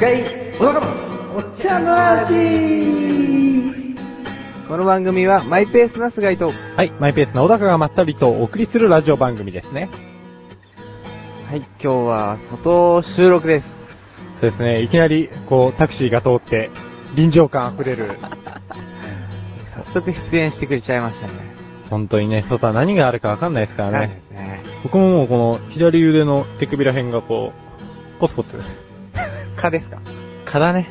回お腹のお茶の味この番組はマイペースな菅井と、ははい、マイペースな小高がまったりとお送りするラジオ番組ですね。い、今日は外収録です。そうですね、いきなり、こう、タクシーが通って、臨場感溢れる。早速出演してくれちゃいましたね。 本当にね、外は何があるかわかんないですからなんでね。すね。僕ももうこの左腕の手首ら辺がこう、ポツポツ。蚊ですか蚊だね。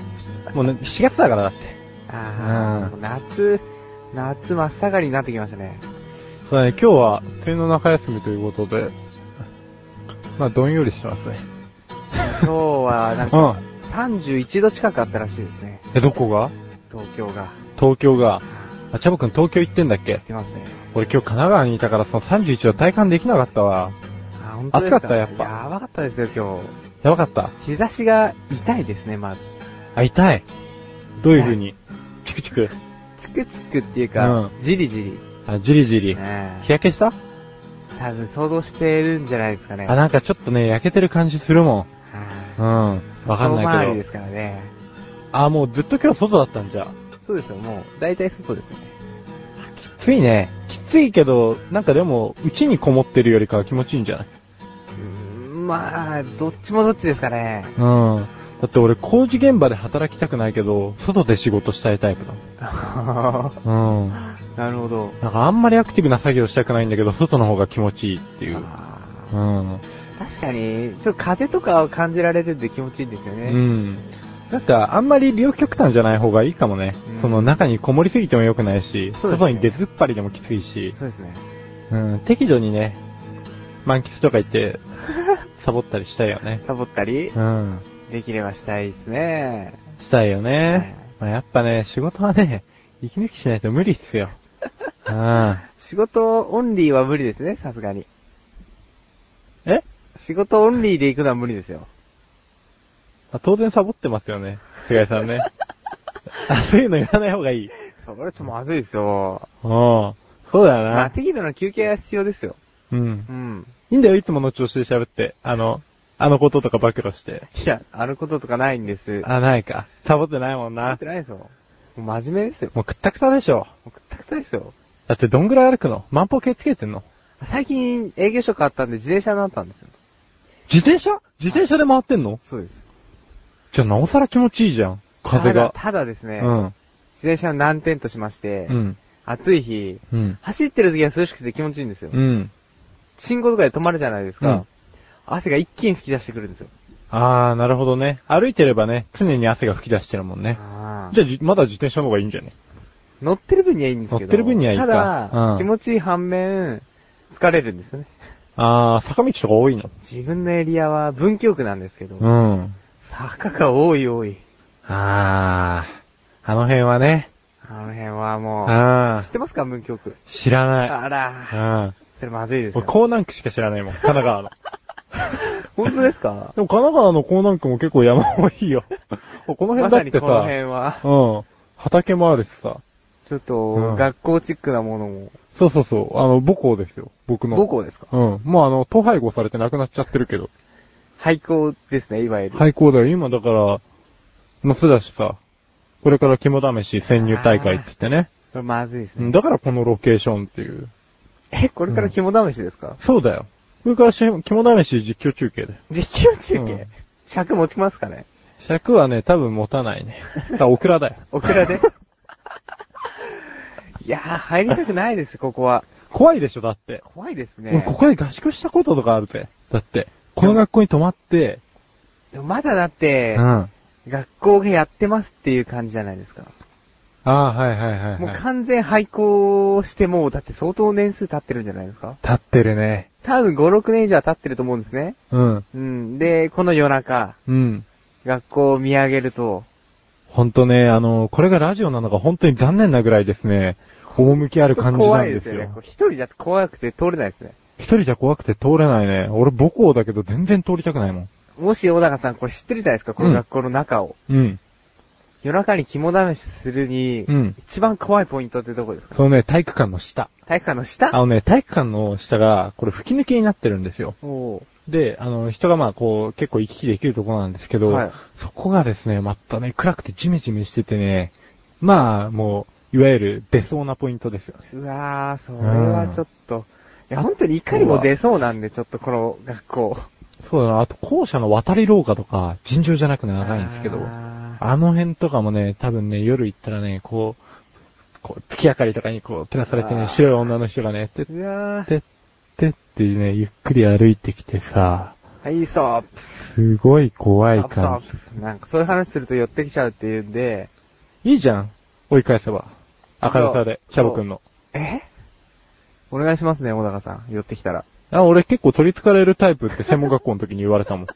もうね、7月だからだって。あー、う夏、夏真っ盛りになってきました ね。そうだね、今日は冬の中休みということで、まあ、どんよりしてますね。今日はなんうか31度近くあったらしいですね。ん。え、どこが東京が。東京が。行あ、チャボくん東京行ってんだっけってますね。俺今日神奈川にいたからその31度体感できなかったわ。あ、本当ですか暑かったやっぱやばかったですよ、やばかった。今日。日差しが痛いですね、まず。あ、痛い。どういう風にチクチク。チクチクっていうかう、じりじあ、じりじりり。。ね日焼けした多分想像してるんじゃないですかね。あ、なんかちょっとね、焼けてる感じするもん。うん。はいわかん外回ないりけでど。すからね。あ、もうずっと今日外だったんじゃ。そうですよ、もう、大体外ですね。きついね。きついけど、なんかでも、うちにこもってるよりかは気持ちいいんじゃないーうん、まあ、どっちもどっちですかね。 うん。だって俺工事現場で働きたくないけど、外で仕事したいタイプだなもん。うん。るほど。なんかあんまりアクティブな作業したくないんだけど、外の方が気持ちいいっていう。あうーん。確かに、ちょっと風とかを感じられるんで気持ちいいんですようね。ん。なんか、あんまり両極端じゃない方がいいかもね。うんその中にこもりすぎても良くないし、そうですね外に出ずっぱりでもきついし、そうですね。うん、適度にね、満喫とか言 って、サボったりしたいよね。サボったりう、ん。できればしたいですね。したいよね。まあ、やっぱね、仕事はね、息抜きしないと無理っす よ。うん。仕事オンリーは無理ですね、さすがに。え仕事オンリーで行くのは無理ですよ。あ当然サボってますよね。菅井さ んね。あ、そう いうの言わない方がいい。それちょっとまずいですよ。おうそうだよまあ、な。適度な休憩は必要ですよ。うんう。ん。いいんだよ、いつもの調子で喋って。あの、あのこととか暴露して。いや、あることとかないんです。あ、ないか。サボってないもんやなっ。てないですよ。もう真面目ですよ。ももうくったくたでしょ。うくったくたですよ。だってどんぐらい歩くの万歩計つけてんの最近営業所変わったんで自転車になったんですよ。自転車自転車で回ってんのそうです。じゃあなおさら気持ちいいじゃん。風たが。だただですね、うん。自転車の難点としまして、うん。暑い日、うん。走ってる時は涼しくて気持ちいいんですよ。うん。信号とかで止まるじゃないですか。うん汗が一気に吹き出してくるんですよ。あー、なるほどね。歩いてればね、常に汗が吹き出してるもんね。あーじゃあじ、まだ自転車の方がいいんじゃね乗ってる分にはいいんですけど。乗ってる分にはいいかただ、うん気持ちいい反面、疲れるんですよね。あー、坂道とか多いの自分のエリアは文京区なんですけど、うん。坂が多い多い。あー、あの辺はね。あの辺はもう、あ知ってますか文京区。ー、知らない。あら、うん。それまずいですよ俺、。江南区しか知らないもん、神奈 川の。本当ですかでも神奈川の江南区も結構山多いよ。 この ま辺さだっにてこさ、の辺は、うん。畑もあるしさ。ちょっと、うん学校チックなものも、そうそうそう、あの、母校ですよ、僕の。母校ですかうん。もうあの、統廃合されてなくなっちゃってるけど。廃校ですね、いわゆる。廃校だよ、今だから、夏だしさ、これから肝試し潜入大会っつってね。それまずいですうんね。だからこのロケーションっていう。え、これから肝試しですかそうだよ。これからし肝試し実況中継だよ。実況中う継ん尺持ちますかね尺はね、多分持たないね。だからオクラだよ。オク ラでいやー、入りたくないです、ここは。怖いでしょ、だって。怖いです俺ねこ。こで合宿したこととかあるぜ。だって、この学校に泊まって、でもまだだって、あ学校がやってますっていう感じじゃないですか。あ、はいはいはい、もうはい。完全廃校してもう、だって相当年数経ってるんじゃないですか立ってるね。多分5、6年以上は経ってると思うんですね。うん。うん。で、この夜中、うん。学校を見上げると、ほんとね、あの、これがラジオなのが本当に残念なぐらいですね、趣きある感じな怖んいでですすよ。よね。こう一人じゃ怖くて通れないですね。一人じゃ怖くて通れないね。俺母校だけど全然通りたくないもん。もし小高さんこれ知ってるじゃないですか、この学校の中を。うん。夜中に肝試しするに、うん一番怖いポイントってどこですかそのね、体育館の下。体育館のあ下のね、体育館の下が、これ吹き抜けになってるんですよ。おーで、あの、人がまあこう、結構行き来できるところなんですけど、はいそこがですね、またね、暗くてジメジメしててね、まあ、もう、いわゆる出そうなポイントですよね。うわー、それはちょっと、いや、本当に怒りも出そうなんで、ちょっとこの学校。そうだな、あと校舎の渡り廊下とか、尋常じゃなく長いんですけど、ああの辺とかもね、多分ね、夜行ったらね、こう、こう、月明かりとかにこう、照らされてあね、ー白い女の人がね、てっーうわてってってね、ゆっくり歩いてきてさ、ー、はい、そう。すごい怖いアップア感じ。ップなんかそういう話すると寄ってきちゃうっていうんで、いいじゃん。追い返せば。明るさで、そうチャボくんの。えお願いしますね、小高さん。寄ってきたら。あ、俺結構取り憑かれるタイプって専門学校の時に言われた もん。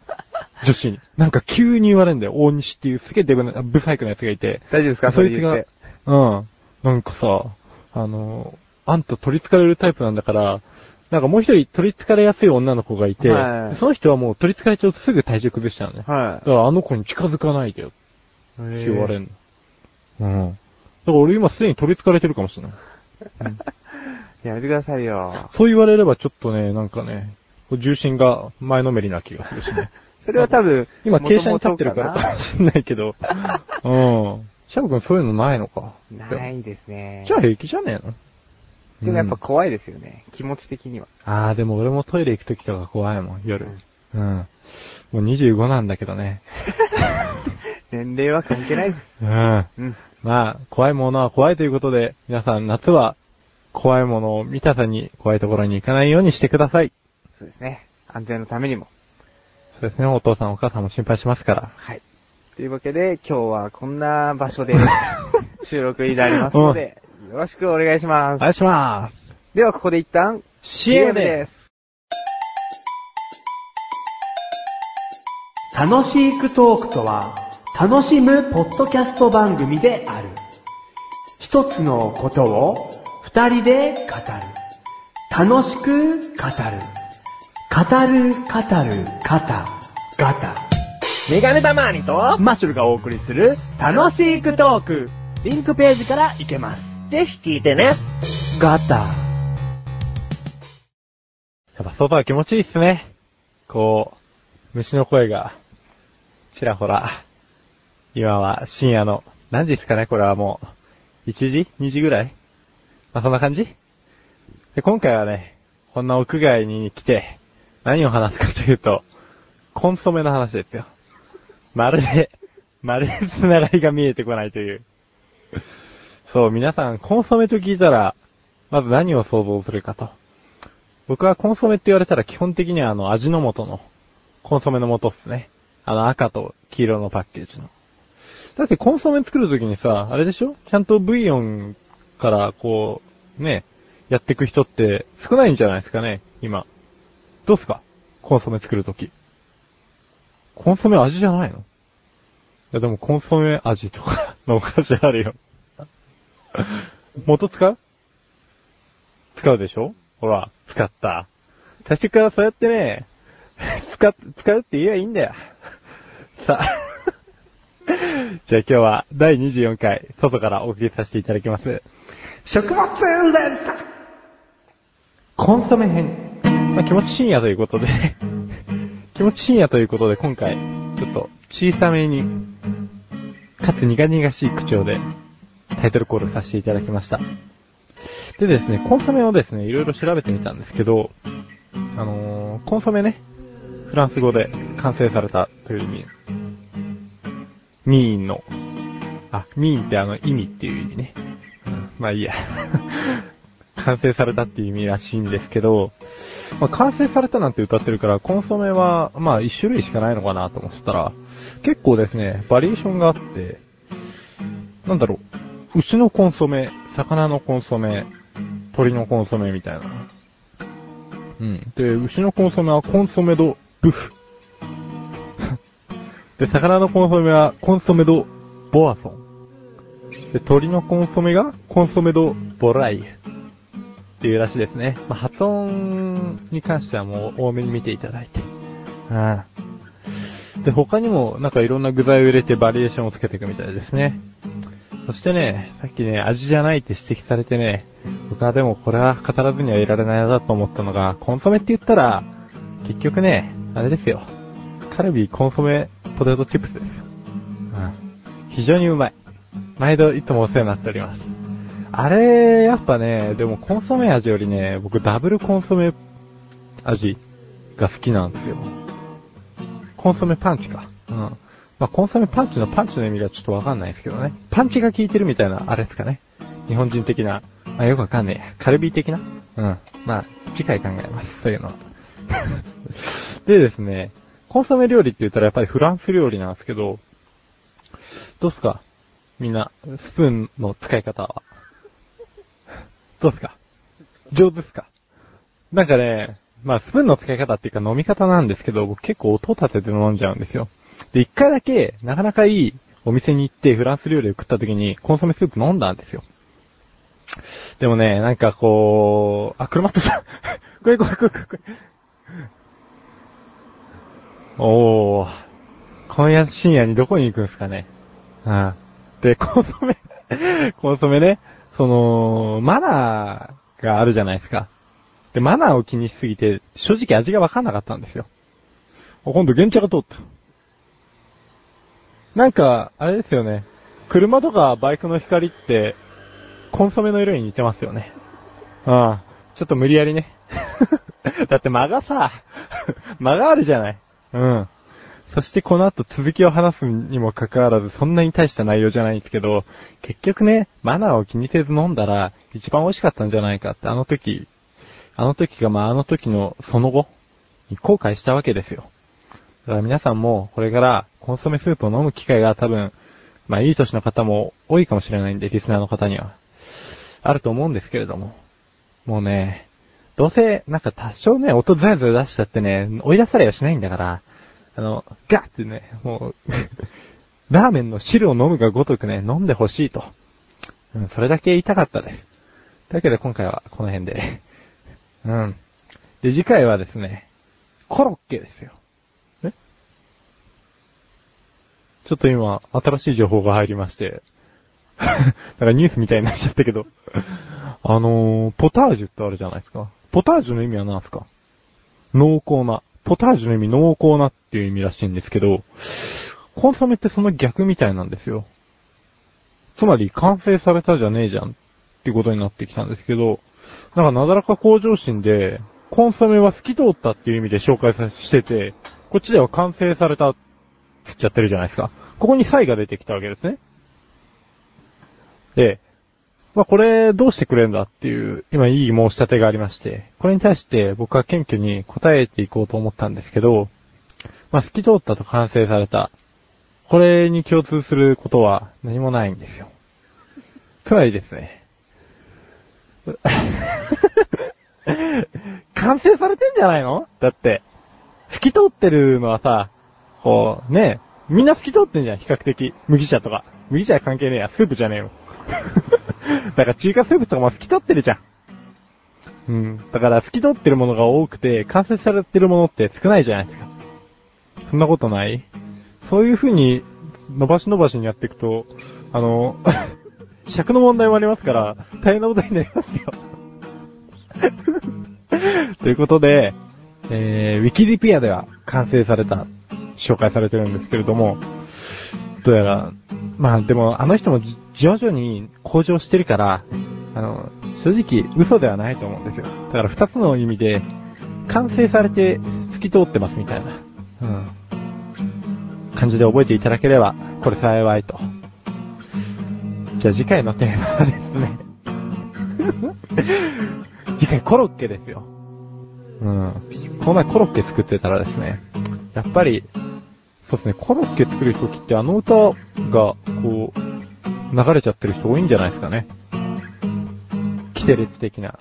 女子に。なんか急に言われんだよ。大西っていうすげえデブな、ブサイクなやつがいて。大丈夫ですかそそれいつ言っがて。、うん。なんかさ、あの、あんた取り憑かれるタイプなんだから、なんかもう一人取り憑かれやすい女の子がいて、はいその人はもう取り憑かれちゃうとすぐ体重崩しちゃうのね。はだからあの子に近づかないでよい。って言われんの。うん。だから俺今すでに取り憑かれてるかもしれない。やめてくださいよ。そう言われればちょっとね、なんかね、重心が前のめりな気がするしね。それは多分、今、傾斜に立ってるから元々かもしんないけど。うん。シャブ君そういうのないのか。な。ないですね。じゃあ平気じゃねえのでもやっぱうん怖いですよね。気持ち的には。 あー、でも俺もトイレ行くときとか怖いもん、夜う。うん。もう25なんだけどね。年齢は関係ないです。うん。まうん。あ、怖いものは怖いということで、皆さん夏は怖いものを見たさに怖いところに行かないようにしてください。そうですね。安全のためにも。そうですね、お父さんお母さんも心配しますから。はい。というわけで、今日はこんな場所で収録になりますので、よろしくお願いしまおす。願いしまでは、ここで一旦、。す。CM です楽しいクトークとは、楽しむポッドキャスト番組である。一つのことを二人で語る。楽しく語る。語る、語る、語ガタ。メガネたまーにとマッシュルがお送りする楽しいクトーク。リンクページから行けます。ぜひ聞いてね。ガタ。やっぱ外は気持ちいいっすね。こう、虫の声が、ちらほら。今は深夜の、何時ですかねこれはもう、1時 ?2 時ぐらいまあ、そんな感じで、今回はね、こんな屋外に来て、何を話すかというと、コンソメの話ですよ。まるで、まるでつながりが見えてこないという。そう、皆さん、コンソメと聞いたら、まず何を想像するかと。僕はコンソメって言われたら基本的にはあの味の素の、コンソメの素っすね。あの赤と黄色のパッケージの。だってコンソメ作るときにさ、あれでしょちゃんとブイヨンからこう、ね、やっていく人って少ないんじゃないですかね、今。どうっすかコンソメ作るとき。コンソメ味じゃないのいやでもコンソメ味とかのお菓子あるよ。元使う使うでしょほら、使った。最初からそうやってね、 使っ、使うって言えばいいんだよ。 さあ。 じゃあ今日は第24回、外からお送りさせていただきます。食物連鎖コンソメ編。まあ、気持ち深夜ということで、 気持ち深夜ということで今回、ちょっと小さめに、かつ苦々しい口調でタイトルコールさせていただきました。でですね、コンソメをですね、いろいろ調べてみたんですけど、あのー、コンソメね、フランス語で完成されたという意味。ミーンの、あ、ミーンってあの意味っていう意味ね。うんまあいいや。 完成されたっていう意味らしいんですけど、まあ、完成されたなんて歌ってるから、コンソメは、まあ一種類しかないのかなと思ってたら、結構ですね、バリエーションがあって、なんだろう、牛のコンソメ、魚のコンソメ、鳥のコンソメみたいな。うん。で、牛のコンソメはコンソメドブフ。 で、魚のコンソメはコンソメドボアソン。で、鳥のコンソメがコンソメドボライエ。っていうらしいですね。まあ、発音に関してはもう多めに見ていただいて。ああで、他にもなんかいろんな具材を入れてバリエーションをつけていくみたいですね。そしてね、さっきね、味じゃないって指摘されてね、僕はでもこれは語らずにはいられないなと思ったのが、コンソメって言ったら、結局ね、あれですよ。カルビーコンソメポテトチップスですよ。うん。非常にうまい。毎度いつもお世話になっております。あれ、やっぱね、でもコンソメ味よりね、僕ダブルコンソメ味が好きなんですよ。コンソメパンチか。うん。まあ、コンソメパンチのパンチの意味がちょっとわかんないですけどね。パンチが効いてるみたいな、あれですかね。日本人的な、まあ、よくわかんねえや。カルビー的なうん。まあ、次回考えます。そういうの は。でですね、コンソメ料理って言ったらやっぱりフランス料理なんですけど、どうっすかみんな、スプーンの使い方は。どうっすか上手っすかなんかね、まあ、スプーンの使い方っていうか飲み方なんですけど、僕結構音立てて飲んじゃうんですよ。で、一回だけ、なかなかいいお店に行ってフランス料理を食った時に、コンソメスープ飲んだんですよ。でもね、なんかこう、あ、車とした。 これこれこれこれこれ。おー。今夜深夜にどこに行くんですかね。うん。で、コンソメ、コンソメね、その、マナーがあるじゃないですか。で、マナーを気にしすぎて、正直味がわかんなかったんですよ。あ今度、現茶が通った。なんか、あれですよね。車とかバイクの光って、コンソメの色に似てますよね。うん。ちょっと無理やりね。 だって間がさ、 間があるじゃない。うん。そしてこの後続きを話すにもかかわらず、そんなに大した内容じゃないんですけど、結局ね、マナーを気にせず飲んだら、一番美味しかったんじゃないかって、あの時、あの時がまああの時のその後、に後悔したわけですよ。だから皆さんも、これからコンソメスープを飲む機会が多分、まあいい年の方も多いかもしれないんで、リスナーの方には。あると思うんですけれども。もうね、どうせ、なんか多少ね、音ずらずら出したってね、追い出されやしないんだから、あの、ガッってね、もう、 ラーメンの汁を飲むがごとくね、飲んでほしいと。うん、それだけ言いたかったです。というわけで今回はこの辺で。うん。で、次回はですね、コロッケですよ。えちょっと今、新しい情報が入りまして、 なんかニュースみたいになっちゃったけど。あのー、ポタージュってあるじゃないですか。ポタージュの意味は何ですか濃厚な。ポタージュの意味濃厚なっていう意味らしいんですけど、コンソメってその逆みたいなんですよ。つまり完成されたじゃねえじゃんっていうことになってきたんですけど、なんかなだらか向上心で、コンソメは透き通ったっていう意味で紹介さしてて、こっちでは完成されたっつっちゃってるじゃないですか。ここに差異が出てきたわけですね。で、まあこれどうしてくれんだっていう、今いい申し立てがありまして、これに対して僕は謙虚に答えていこうと思ったんですけど、まあ透き通ったと完成された。これに共通することは何もないんですよ。つまりですね。 完成されてんじゃないのだって、透き通ってるのはさ、こう、ねえ、みんな透き通ってんじゃん、比較的。麦茶とか。麦茶は関係ねえや、スープじゃねえよ。 だから中華スープとかも透き通ってるじゃん。うん。だから透き通ってるものが多くて、完成されてるものって少ないじゃないですか。そんなことないそういう風に、伸ばし伸ばしにやっていくと、あの、 尺の問題もありますから、大変なことになりますよ。 ということで、えー、ウィキディピアでは完成された、紹介されてるんですけれども、どうやら、まあでもあの人もじ徐々に向上してるから、あの、正直嘘ではないと思うんですよ。だから二つの意味で、完成されて透き通ってますみたいな、うん、感じで覚えていただければ、これ幸いと。じゃあ次回のテーマはですね。次回コロッケですよ。うん。この前コロッケ作ってたらですね、やっぱり、そうですね、コロッケ作る時ってあの歌が、こう、流れちゃってる人多いんじゃないですかね。キテレツ的な、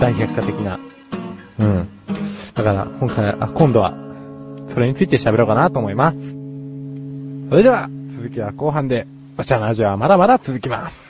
大百科的な。うん。だから、今回、あ、今度は、それについて喋ろうかなと思います。それでは、続きは後半で、お茶の味はまだまだ続きます。